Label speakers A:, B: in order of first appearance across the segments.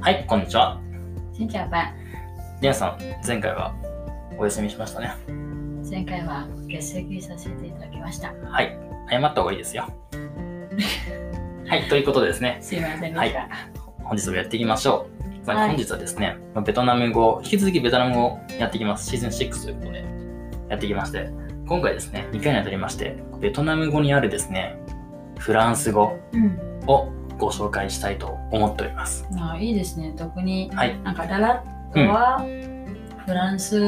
A: はい、こんにちは。
B: 新キャ版
A: りなさん、前回はお休みしましたね。
B: 前回は欠席させていただきました
A: はい、謝った方がいい ですよ。はい、ということでですね、
B: すいませんでした、
A: 本日もやっていきましょう。まあ
B: はい
A: 本日はですね、まあベトナム語、引き続きベトナム語をやっていきます。シーズン6ということでやっていきまして、今回ですね、2回にわたりまして、ベトナム語にあるですね、フランス語
B: うん
A: をご紹介したいと思っております。
B: あいいですね特に
A: はい、
B: なんかララットは、フランス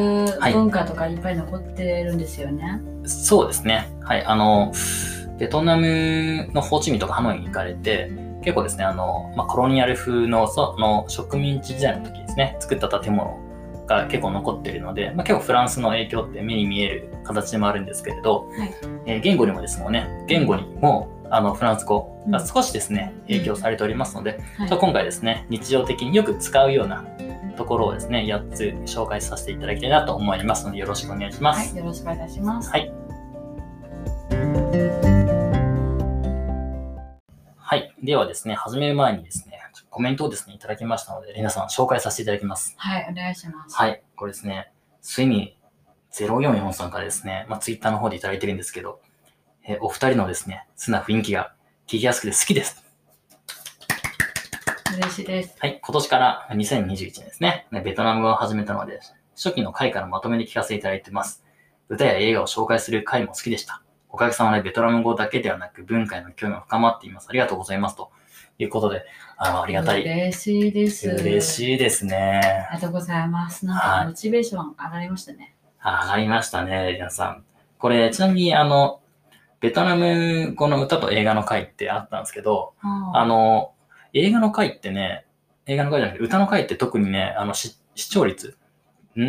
B: 文化とかいっぱい残ってるんですよね、
A: そうですね。はい、あの、ベトナムのホーチミンとかハノイに行かれて、結構ですね、あの、まあ、コロニアル風の、その植民地時代の時ですね、作った建物が結構残っているので、まあ、結構フランスの影響って目に見える形でもあるんですけれど、
B: はい
A: えー言語にもですもんね、言語にも、あの、フランス語が少しですね、
B: ん
A: 影響されておりますので、
B: はい
A: ちょっと今回ですね、日常的によく使うようなところをですね、8つ紹介させていただきたいなと思いますので、よろしくお願いします。
B: はい、よろしくお願いします
A: はいはい。ではですね、始める前にですね、コメントをですね、いただきましたので、皆さん紹介させていただきます。
B: はい、お願いします
A: はい。これですね、睡眠0443さんからですね、まあ、ツイッターの方でいただいてるんですけど、えーお二人のですね、素な雰囲気が聞きやすくて好きです。
B: 嬉しいです
A: はい。今年から2021年ですね、ねベトナム語を始めたので、初期の回からまとめて聞かせていただいてます。歌や映画を紹介する回も好きでした。おかげさまでベトナム語だけではなく文化への興味も深まっています。ありがとうございます。ということで、あのありがたい
B: 嬉しいです
A: 嬉
B: い
A: しいです
B: あ
A: ね。
B: りがとうございますなん
A: は
B: か
A: い
B: モチベーション上がりましたね
A: 上がりましたね、皆さん。これ、ちなみに、あの、ベトナム語の歌と映画の回ってあったんですけど、あ
B: あ
A: の、映画の回ってね、映画の回じゃなくて、歌の回って特にね、あの、し視聴率、ん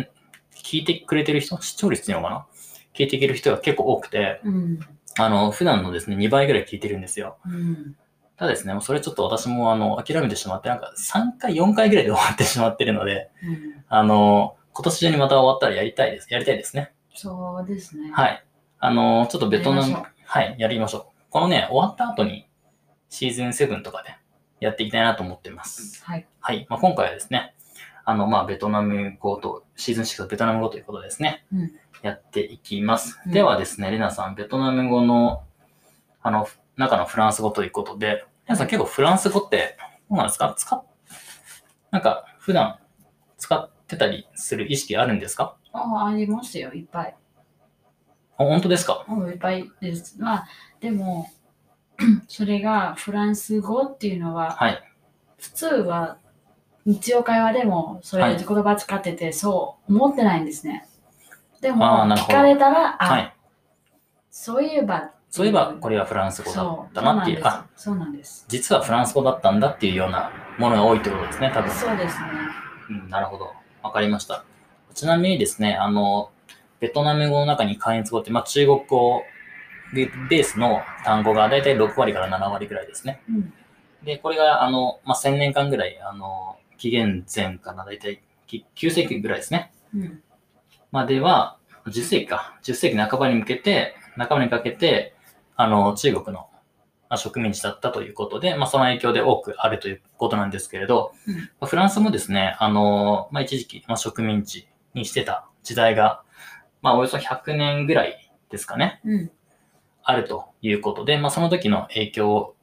A: 聞いてくれてる人視聴率っていうのかな聞いてくれる人が結構多くて、
B: うん
A: あの、普段のですね、2倍ぐらい聞いてるんですよ。
B: うん
A: ただですね、もうそれちょっと私も、あの、諦めてしまって、なんか3回、4回ぐらいで終わってしまってるので、
B: うん
A: あの、今年中にまた終わったらやりたいです。やりたいですね。
B: そうですねい
A: はい。あの、ちょっとベトナ
B: や
A: ム
B: りましょ、
A: はい、やりましょう。このね、終わった後にシーズン7とかでやっていきたいなと思っています。
B: はい
A: はい。まあ、今回はですね、あの、まあ、ベトナム語と、シーズン6とベトナム語ということでですね、
B: うん
A: やっていきます。
B: うん
A: ではですね、レナさん、ベトナム語の、あの、中のフランス語ということで、レナさん結構フランス語って、どうなんですか使っ、なんか、普段使ってたりする意識あるんですか
B: あありますよいっぱい
A: あ本当ですか
B: もういっぱいです。まあでも それがフランス語っていうのは
A: はい。
B: 普通は日常会話でもそれ言葉使っててそう思ってないんですね。でも
A: あーなるほ
B: 聞
A: ど
B: かれたらあ、
A: はい。
B: そういえば
A: そういえば、これはフランス語だ
B: そ
A: っ
B: う
A: た
B: そ
A: な
B: うな
A: っ
B: ん
A: てい
B: で
A: う、
B: す
A: あ、
B: そうなんです。
A: 実はフランス語だったんだっていうようなものが多いってことですね、多分。
B: そうですね。
A: うん、なるほど。わかりました。ちなみにですね、あの、ベトナム語の中に関越語って、まあ、中国語でベースの単語がだいたい6割から7割ぐらいですね。
B: うん
A: で、これが、あの、まあ、1000年間ぐらい、あの、紀元前からだいたい9世紀ぐらいですね。
B: うん
A: までは、10世紀か、10世紀半ばに向けて、半ばにかけて、あの、中国のまあ植民地だったということで、まあ、その影響で多くあるということなんですけれど、
B: うん
A: まあフランスもですね、あの、まあ、一時期、まあ、植民地にしてた時代が、まあ、およそ100年ぐらいですかね、
B: うん
A: あるということで、まあ、その時の影響を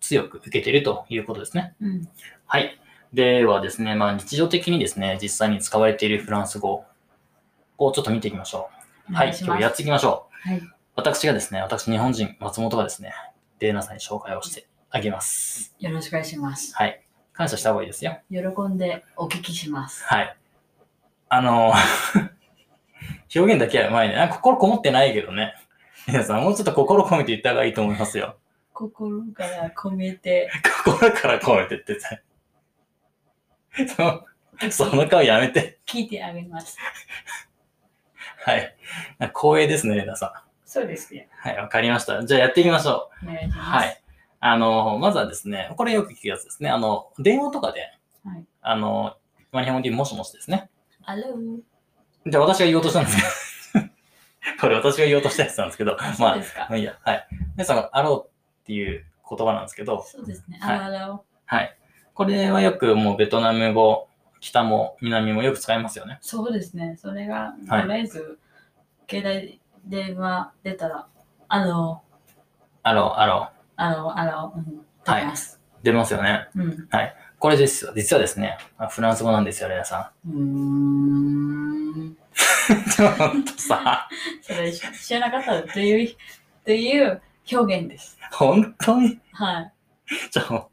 A: 強く受けているということですね。
B: うん
A: はい。ではですね、まあ日常的にですね、実際に使われているフランス語をちょっと見ていきましょう。はい。今日やっていきましょう。
B: はい
A: 私がですね、私日本人、松本がですね、レーナさんに紹介をしてあげます。
B: よろしくお願いします。
A: はい。感謝した方がいいですよ。
B: 喜んでお聞きします。
A: はい。あの、 表現だけはうまいね。なんか心こもってないけどね。皆さん、もうちょっと心込めて言った方がいいと思いますよ。
B: 心から込 めて
A: 心から込めてって言って た。その、その顔やめて。
B: 聞いてあげます。
A: はい。光栄ですね、レナさん。
B: そうですね。
A: はい、わかりました。じゃあやっていきましょ
B: お願いし
A: う。
B: ます。
A: はい。あの、まずはですね、これよく聞くやつですね。あの、電話とかで、
B: はい
A: あの、マニアモンティもしもしですね。
B: アロー。
A: じゃあ私が言おうとしたんですけど、こ れ私が言おうとしたやつなんですけど、
B: そう
A: ま
B: ですか。
A: あ、いいや、はい。で、その、あろうっていう言葉なんですけど、
B: そうですね。
A: はい
B: あららを。
A: はい。これはよくもうベトナム語、北も南もよく使いますよね。
B: そうですね。それが、
A: はい
B: とりあえず、携帯電話出たら、あの、
A: アロー、アロ
B: あの、あの、うん、出
A: はい
B: ます。
A: ー。出ますよね。
B: うん。
A: これですよ。実はですね、フランス語なんですよ、レナさ
B: うーん。
A: ん。 ちょっとさ、
B: それ知知らなかったという、という表現です。
A: 本当に、
B: はい。
A: ちょ、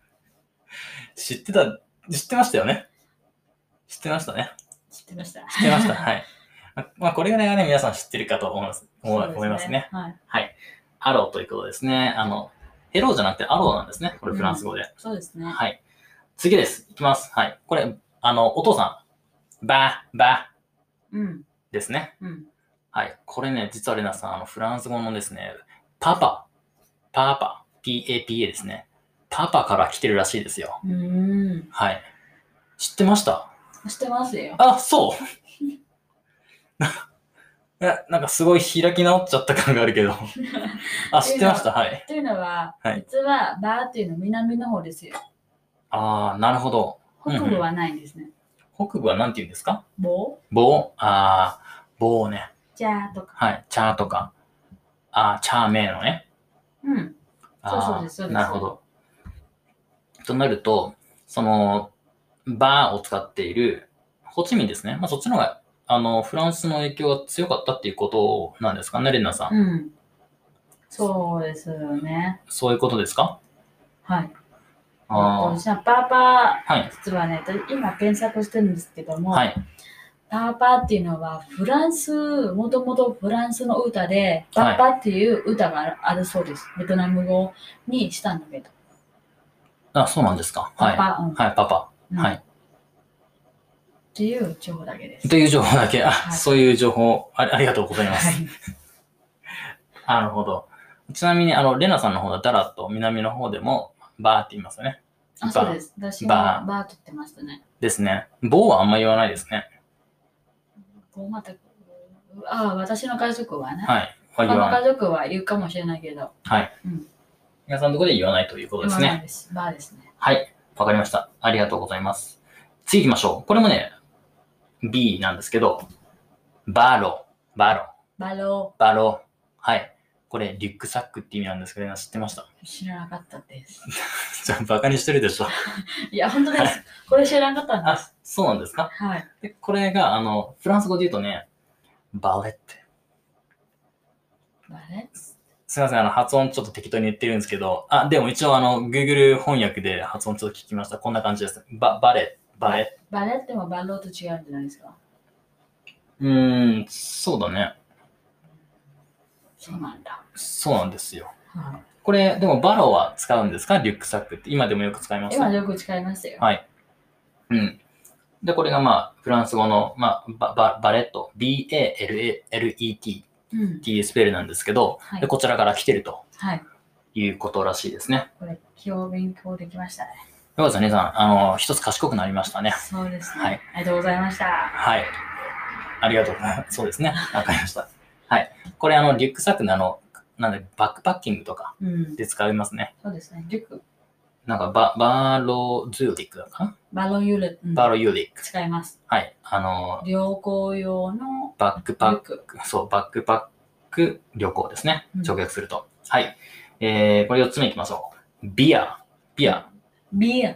A: 知ってた、知ってましたよね。知ってましたね。
B: 知ってました。
A: 知ってま した。はい。まあ、これぐらいはね、皆さん知ってるかと思います。思
B: そう
A: う
B: で
A: 思いますね。。
B: はい。
A: はい。アローということですね。あの、ヘローじゃなくてアローなんですね。これフランス語で。
B: そうですね。
A: はい。次です。いきます。はい。これ、あの、お父さん。ば、ば
B: うん。
A: ですね。
B: うん。
A: はい。これね、実はレナさん、あの、フランス語のですね、パパ、パパ、PAPA ですね。パパから来てるらしいですよ。
B: うーん。
A: はい。知ってました
B: 知ってますよ。
A: あ、そう ななんかすごい開き直っちゃった感がある けど。あ、知ってました。はい。
B: というのは、
A: はい
B: 実はバーっていうのは南の方ですよ。
A: ああ、なるほど。
B: 北部はないんですね。
A: 北部は何て言うんですか
B: 棒
A: 棒ああ、棒ね。
B: じゃーとか。
A: はい。チャーとか。ああ、チャーメーのね。
B: うん。そうそう
A: あー
B: ですそうです
A: なるほど。となると、その、バーを使っている、ホチミンですね。まあ、そっちの方が、あの、フランスの影響が強かったっていうことなんですかね、レンナさん。
B: うん。そうですよね。
A: そういうことですか
B: はい。
A: あ
B: じゃあ、パーパ
A: あ。はい。
B: ー、実はね、今検索してるんですけども、
A: はい。
B: パーパーっていうのは、フランス、もともとフランスの歌で、パーパーっていう歌があるあるそうです。ベトナム語にしたんだけど。
A: あ、そうなんですか。
B: パ
A: は
B: ー
A: い。
B: パー、うん
A: はい、パパ。
B: うん
A: はい
B: っていう情報だけです。
A: という情報だけ、あ、
B: はい
A: そういう情報あ、ありがとうございます。
B: はい。
A: なるほど。ちなみに、あの、レナさんの方だったらと南の方でも、バーって言いますよね。
B: あ、そうです。私も
A: バ
B: バ
A: ー
B: ーバーと言ってましたね。
A: ですね。棒はあんま言わないですね。
B: こうまた、ああ、私の家族はね。
A: はい。は言
B: 他
A: わ
B: の
A: ない。
B: 家族は言うかもしれないけど、
A: はい。
B: うん
A: 皆さんのところで言わないということです
B: 言わな
A: ね。
B: いです。バーですね。
A: はい。わかりました。ありがとうございます。次行きましょう。これもね、B なんですけど、バロ、バロ、
B: バロ
A: バロ。はい。これ、リュックサックって意味なんですけど、知ってました
B: ー、知らなかったです。
A: じゃあ、バカにしてるでしょ。
B: いや、本当です。これ知らなかったんで
A: あ、
B: す。
A: そうなんですか
B: はい。
A: で、これが、あの、フランス語で言うとね、バレって。
B: バレ
A: すいません、あの、発音ちょっと適当に言ってるんですけど、あ、でも一応あの、Google 翻訳で発音ちょっと聞きました。こんな感じです。ば、バレ、バレ。
B: バレってもバローと違うんじゃないですか。
A: うーん、そうだね。
B: そうなんだ。
A: そうなんですよ。
B: は
A: これ、でもバロは使うんですかリュックサックって。今でもよく使いま
B: い、
A: す
B: 今よく使いましたよ。
A: はい。うん。で、これがまあ、フランス語の、まあ、ばばバレット。B-A-L-L-E-T
B: うん
A: っ。ていうスペルなんですけど、
B: は
A: で
B: い。
A: こちらから来てると
B: はい。
A: いうことらしいですね。
B: これ、今日勉強できましたね。
A: よかったね、皆さん。あの、一つ賢くなりましたね。
B: そうですね。
A: はい
B: ありがとうございました。
A: はい。ありがとう ございます。そうですね。わかりました。はい。これ、あの、リュックサックの、あの、なんで、バックパッキングとか
B: うん。
A: で使いますね。
B: そうですね。リュック、
A: なんかバ、バーロズーリックだかな、
B: バロユル、うん
A: バーロユーリック。
B: 使います。
A: はい。あの、
B: 旅行用の
A: バック
B: リ
A: パ
B: ュ
A: ッ
B: ック。
A: ク、そう、バックパック旅行ですね
B: う。ん
A: 直訳すると。はい。えー、これ4つ目いきましょう。ビア、ビア、
B: ビア。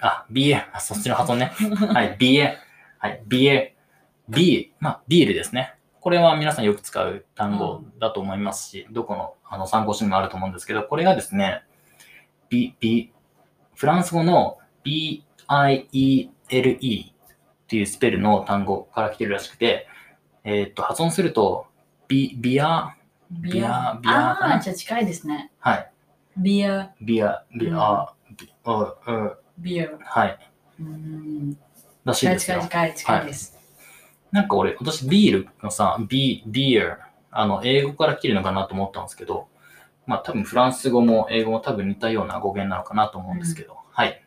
A: あ、ビエ、あそっちの発音ね。 はい、ビエ、はい、ビエ、ビー、まあ、ビールですね。これは皆さんよく使う単語だと思いますし、どこのあの参考書にもあると思うんですけど、これがですね、ビ、ビ、フランス語の B-I-E-L-E っていうスペルの単語から来てるらしくて、えーっと、発音すると、ビ、ビア、
B: ビ
A: ア
B: ア。
A: ビアかな
B: ああ、じゃあ近いですね。
A: はい、
B: ビア、
A: ビア、ビア、ビ、うん、うん、
B: ビア。
A: はい、
B: うん。
A: らしい
B: 近い
A: です
B: 近
A: よ
B: い。近い近いです。
A: なんか俺、私ビールのさ、ビー、ビール、あの、英語から来るのかなと思ったんですけど、まあ多分フランス語も英語も多分似たような語源なのかなと思うんですけど、はい。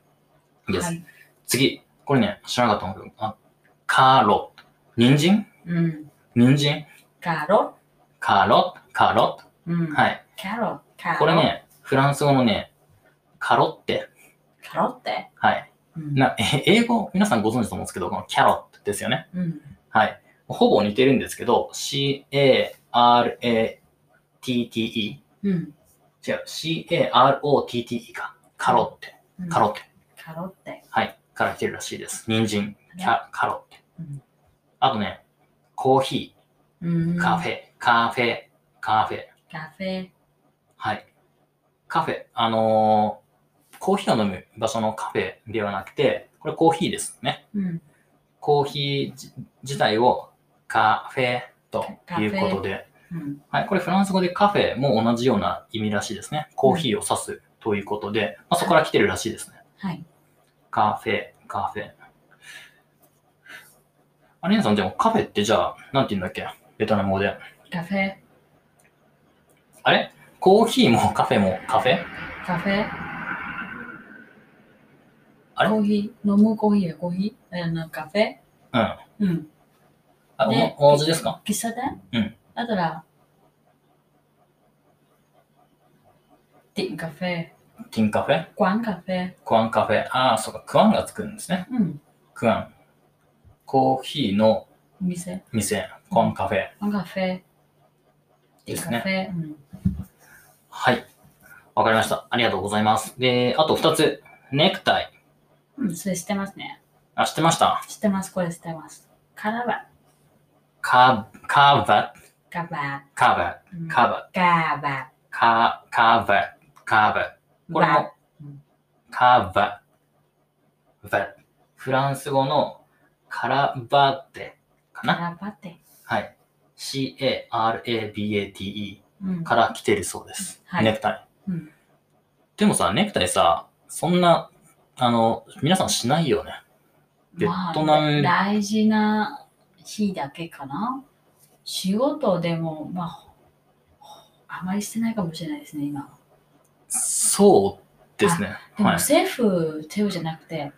A: です。
B: はい
A: 次、これね、知らなかったんだけど、あ、カーロット。人参
B: うん。
A: 人参
B: カロ。
A: カーロット、カーロッ
B: うん。
A: ト。はい。
B: カロ。カロ。
A: これ。ね、フランス語のね、カロって、
B: カロって。
A: はい。
B: うん
A: なえ英語、皆さんご存知と思うんですけど、このキャロットですよね。
B: うん
A: はい。ほぼ似てるんですけど、C-A-R-A-T-T-E。
B: うん
A: 違う、C-A-R-O-T-T-E か。カロって。
B: うん
A: カロって。
B: カロって
A: はい。から来てるらしいです。人参、キャカロって
B: うん。
A: あとね、コーヒ
B: うん
A: ー、カフェ、カフェ、カフェ。
B: カフェ
A: はい。カフェ。あのーコーヒーを飲む場所のカフェではなくて、これコーヒーですね。
B: うん
A: コーヒーじ自体をカフェということで、
B: うん
A: はい、これフランス語でカフェも同じような意味らしいですね。コーヒーを指すということで、まあ、そこから来てるらしいですね。
B: はい
A: カフェ、カフェ。アレンさん、でもカフェってじゃあ、なんて言うんだっけベトナム語で。
B: カフェ
A: あれコーヒーもカフェもカフェ
B: カフェ
A: あれ
B: コーヒー飲むコーヒーはコーヒーあのカフェ
A: うん。
B: うん
A: あ、
B: で
A: お同じですか
B: 喫茶店
A: うん
B: だったらティンカフェ
A: ティンカフェ
B: コアンカフェ
A: クワンカフェ。ああ、そうか、クワンがつくんですね。
B: うん
A: クワン。コーヒーの
B: お店
A: 店、クワンカフェ。
B: コアンカフェテ
A: で
B: ィン
A: す
B: カ
A: ね
B: フェうん
A: はい。わかりました。ありがとうございます。で、あと2つ。ネクタイ。
B: うん、それしてますね。
A: あ、知ってました
B: 知ってます、これ知ってます。カラバ、
A: カー、カーバ、
B: カバ、
A: カーバ、
B: うん
A: カーバ、
B: カバ、
A: カー、カーバ、カーバ。これも
B: バうん、
A: カーバ、バ。フランス語のカラバテか
B: カ
A: な
B: ラバテ。
A: はい。C-A-R-A-B-A-T-E
B: うん、
A: から来てるそうです。
B: はい
A: ネクタイ。
B: うん
A: でもさ、ネクタイさ、そんな、あの、皆さんしないよね。ベトナム
B: まあ大事な日だけかな。仕事でも、まあほ、あまりしてないかもしれないですね、今。
A: そうですね。
B: でも
A: はい。
B: 政府、手をじゃなくて、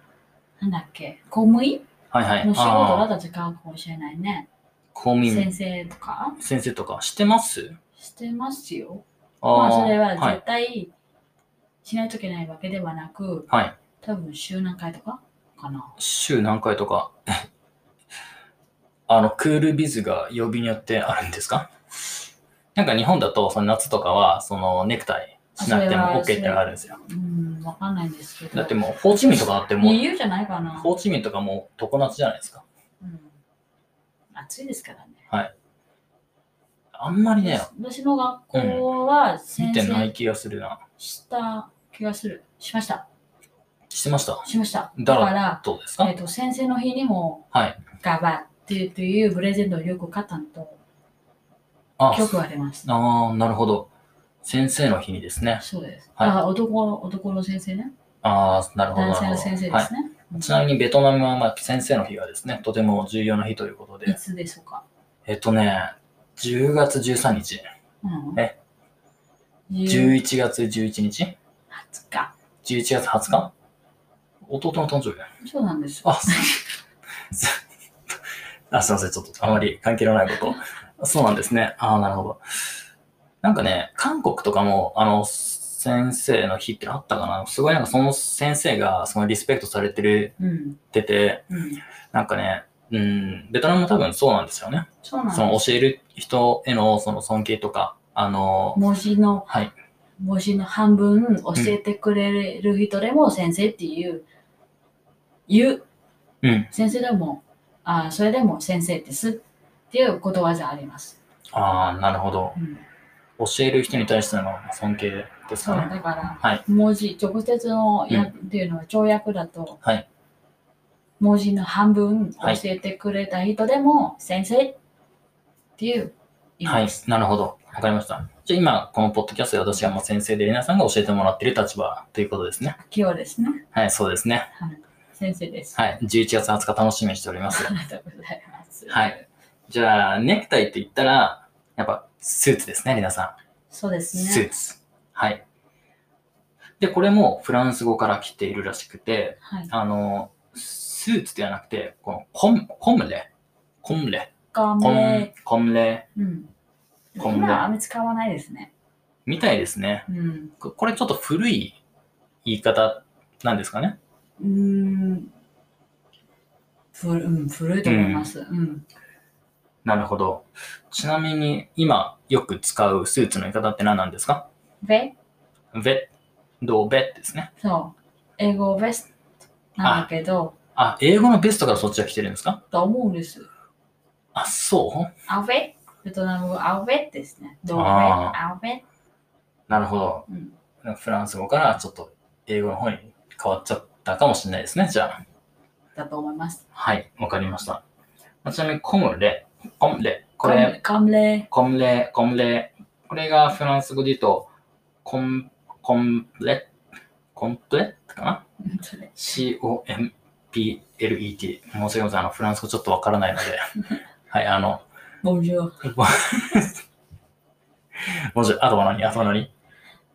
B: なんだっけ、公務員
A: はいはい。
B: の仕事だ
A: あ
B: っ
A: ー
B: たら違うかもしれないね。
A: 公務員
B: 先生とか
A: 先生とか、してます
B: してますよ。
A: あ
B: まあ、
A: ー。
B: それはい絶対しないといけないわけではなく、
A: はい。
B: 多分週何回とかかな。
A: 週何回とか。 あの、クールビズが曜日によってあるんですかなんか日本だと、その夏とかは、そのネクタイしなくても
B: あそれ
A: OK
B: は
A: ってのがあるんですよ。
B: うん、わかんないんですけど。
A: だってもう、ホーチミンとかだってもう、
B: 理由じゃないかな。
A: ホーチミンとかもう常夏じゃないですか。
B: うん、暑いですからね。
A: あんまりね、
B: 私の学校は
A: 見
B: 先
A: てない
B: 生
A: 気がするな。
B: した気がする。しました。
A: してました
B: しました。
A: だ
B: だ
A: から
B: から、
A: どうです
B: え
A: か
B: っと、先生の日にも
A: はい。
B: ガバっていうというプレゼントをよく買ったのと、
A: あ
B: 記憶が出ます。
A: あー、なるほど。先生の日にですね。
B: そうです。
A: はい
B: あ男の男の先生ね。
A: ああ、なるほど。
B: 男
A: なるほ
B: 性の
A: ど
B: 先生で
A: はい
B: すね。うん
A: ちなみにベトナムは、まあ、先生の日がですね、とても重要な日ということ
B: い
A: で、
B: つでしょうか。
A: えっとね、10月13日、
B: うん、
A: え
B: 10
A: 11月11日、
B: 日。
A: 11月20日弟の誕生日だよ
B: そうなんですよ。
A: あ、そう あすいません、ちょっとあまり関係のないこと。そうなんですね。ああ、なるほど。なんかね、韓国とかも、あの、先生の日ってあったかなすごいなんかその先生が、そのリスペクトされてる、
B: うん。
A: てて、
B: うん。
A: なんかね、うん、ベトナムも多分そうなんですよね。
B: そうなん
A: その
B: です。
A: 教える人へのその尊敬とか、あの、
B: 文字の、
A: はい
B: 文字の半分教えてくれる人でも先生っていう、言う、
A: うん、
B: 先生でも、あそれでも先生ですっていうことわざあります。
A: ああ、なるほど。
B: うん、
A: 教える人に対しての尊敬です
B: そう、
A: かね。
B: だから、
A: はい
B: 文字、直接の訳っていうのは条約だと、
A: はい
B: 文字の半分教
A: はい
B: えてくれた人でも先生っていう意味
A: はい
B: です。、
A: なるほど。わかりました。じゃあ今、このポッドキャストで私はもう先生で、レナさんが教えてもらっている立場ということですね。
B: 今日ですね。
A: はい、そうですね。
B: 先生です。
A: はい、11月20日楽しみにしております。
B: ありがとうございます。
A: はい。じゃあ、ネクタイって言ったら、やっぱスーツですね、レナさ
B: そうで
A: ん。
B: す
A: スー
B: ね。
A: ツ。はい。で、これもフランス語から来ているらしくて、
B: はい。
A: あの、スーツではなくて、このコム、コムレ、コムレ、
B: ガ
A: コ
B: メ
A: ム、コムレ、
B: うん。
A: コン
B: 今はあんまり使わないですね。
A: みたいですね。
B: うん。
A: ここれちょっと古い言い方なんですかね。
B: うーん、古うん、古いと思います。うん。
A: なるほど。ちなみに、今よく使うスーツの言い方って何なんですか
B: ベ
A: ベッド、ベッですね。
B: そう。英語ベストなんだけど、
A: あ、英語のベストからそっちが来てるんですか
B: と思うんです。
A: あ、そう
B: アウェベトナム語アウェですね。ドウェ
A: あ
B: アウェ
A: なるほど。
B: うん。
A: フランス語からちょっと英語の方に変わっちゃったかもしれないですね。じゃあ。
B: だと思います。
A: はい、わかりました。まあちなみに、コムレ、コムレ、これ、
B: カムレ、
A: コムレ、コムレ。これがフランス語で言うと、コン、コンプレ、コンプレかな
B: それ
A: ?C-O-M-P-L-E-T。申し訳ございません。あの、フランス語ちょっとわからないので。はい、あの、
B: ボンジュール、
A: もし、あとは何あとは何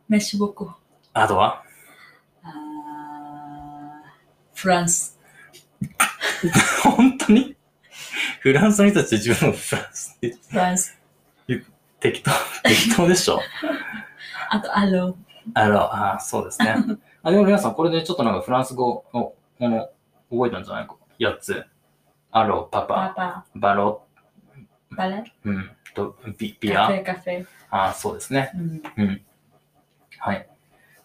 B: メッシュボク。
A: あとは
B: あーフランス。
A: 本当にフランスの人たち自分のフランスって
B: フランス。
A: 適当、適当でしょ
B: あと、アロ
A: あの、あそうですね。あ、でも皆さん、これでちょっとなんかフランス語を、この、覚えたんじゃないか。8つ。アロ、パパ、
B: パパ、
A: バロ、
B: バレ、
A: うん、と、ビ、ビ
B: カフ
A: ア。
B: ェ、カフェ。
A: あそうですね。
B: うん。
A: うん。はい。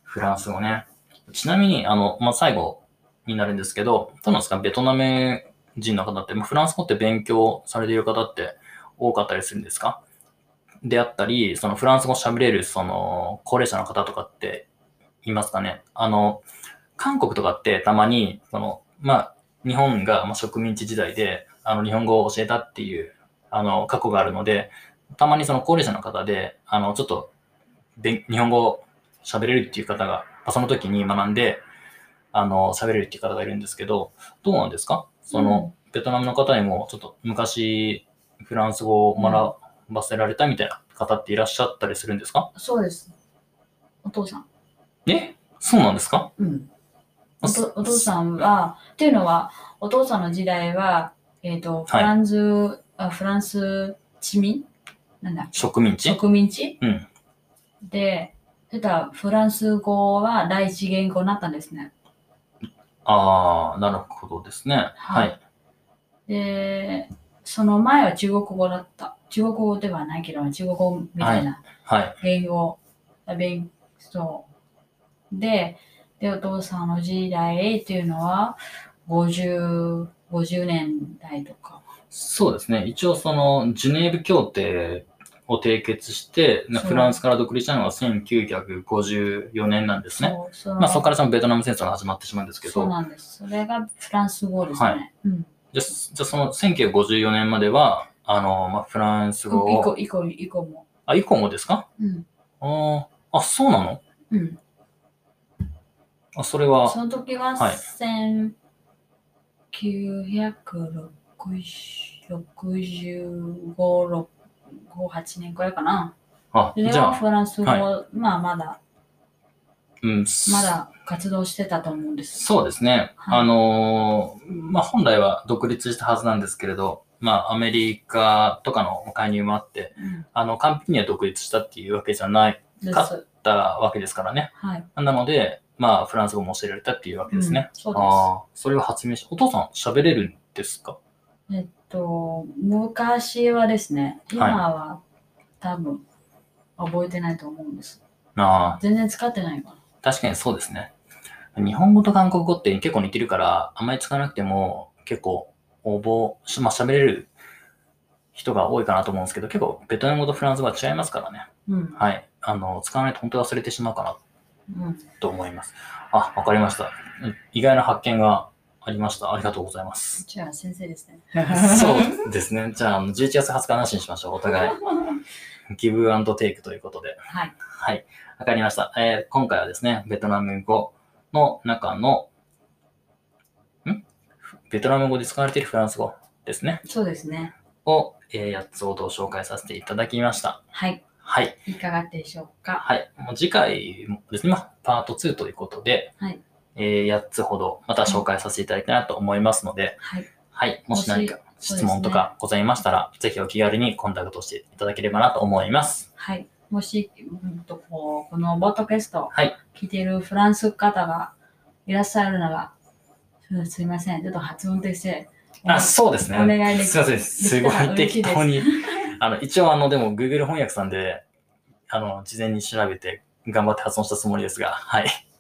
A: フランス語ね。ちなみに、あの、まあ、最後になるんですけど、どうなんですかベトナム人の方って、まあフランス語って勉強されている方って多かったりするんですかであったり、そのフランス語喋れる、その、高齢者の方とかっていますかねあの、韓国とかってたまに、その、まあ、日本がまあ植民地時代で、あの、日本語を教えたっていう、あの、過去があるので、たまにその高齢者の方で、あの、ちょっとで日本語を喋れるっていう方が、まあその時に学んで、あの、喋れるっていう方がいるんですけど、どうなんですかその、ベトナムの方にも、ちょっと昔、フランス語を学ばせられたみたいな方っていらっしゃったりするんですか
B: そうです。お父さん。
A: えそうなんですか
B: うん。おとお父さんは、っていうのは、お父さんの時代は、えっ、と、フ
A: はい
B: ランス、あフランス市民なんだ、
A: 植民地
B: 植民地
A: うん。
B: で、そしたらフランス語は第一言語になったんですね。
A: ああ、なるほどですね。は。
B: はいで、その前は中国語だった。中国語ではないけど、中国語みたいな
A: はい。
B: 言語、勉強。で、で、お父さんの時代っていうのは、50、50年代とか。
A: そうですね。一応、その、ジュネーブ協定を締結して、な
B: そう
A: フランスから独立したのが1954年なんですね。
B: そうその
A: まあ、そこからそのベトナム戦争が始まってしまうんですけ
B: そう
A: ど、
B: なんです。それがフランス語ですね。
A: はい
B: うん。
A: じゃあじゃあその1954年までは、あの、まあ、フランス語
B: 以
A: を
B: 降、以降、以降も。
A: あ、以降もですか
B: うん。
A: あーあ、そうなの
B: うん。
A: あ、それは、
B: その時は
A: はい
B: 1965、6 8年くらいかな。
A: あ、
B: それ
A: じゃ
B: は
A: あ、
B: フランス語、
A: は
B: まあまだ、
A: うん、
B: まだ活動してたと思うんです。
A: そうですね。
B: はい
A: あのーまあ、本来は独立したはずなんですけれど、まあ、アメリカとかの介入もあって、
B: うん。
A: あの、完璧には独立したっていうわけじゃなか
B: で
A: か
B: す。
A: ったわけですからね。
B: はい。
A: なので、まあ、フランス語も教えられたっていうわけですね。
B: うんそう
A: ああ、それを発明し、お父さん喋れるんですか
B: です。えっと、昔はですね、今は、多分、覚えてないと思うんです。
A: ああ、
B: 全然使ってないかな。
A: 確かにそうですね。日本語と韓国語って結構似てるから、あんまり使わなくても結構応募し、まあ喋れる人が多いかなと思うんですけど、結構ベトナム語とフランス語は違いますからね。
B: うん。
A: はい。あの、使わないと本当に忘れてしまうかな
B: うん。
A: と思います。あ、わかりました。うん意外な発見がありました。ありがとうござい ます。
B: じゃあ先生ですね。
A: そうですね。じゃあ、あの11月20日なしにしましょう。お互い。ギブアンドテイクということで。
B: はい。
A: はい。わかりました。えー今回はですね、ベトナム語の中の、んベトナム語で使われているフランス語ですね。
B: そうですね。
A: を、え8つほど紹介させていただきました。
B: はい。
A: はい。
B: いかがでしょうか。
A: はい。もう次回もですね、まあパート2ということで、
B: はい
A: え8つほどまた紹介させていただきたいなと思いますので、
B: はい。
A: はい。もし何か
B: そうで
A: 質
B: すね
A: 問とかございましたら、ぜひお気軽にコンタクトしていただければなと思います。
B: はい。もし、うんとこうこのボットキャストを
A: はい
B: 聞いているフランス方がいらっしゃるなら、うんすいません。ちょっと発音として。
A: あ、そうですね。
B: お願いです
A: すいません。すご
B: できたら
A: い
B: 嬉しい
A: 適
B: です
A: 当に。 あの、一応、あの、でも、Google 翻訳さんで、あの、事前に調べて、頑張って発音したつもりですが、はい。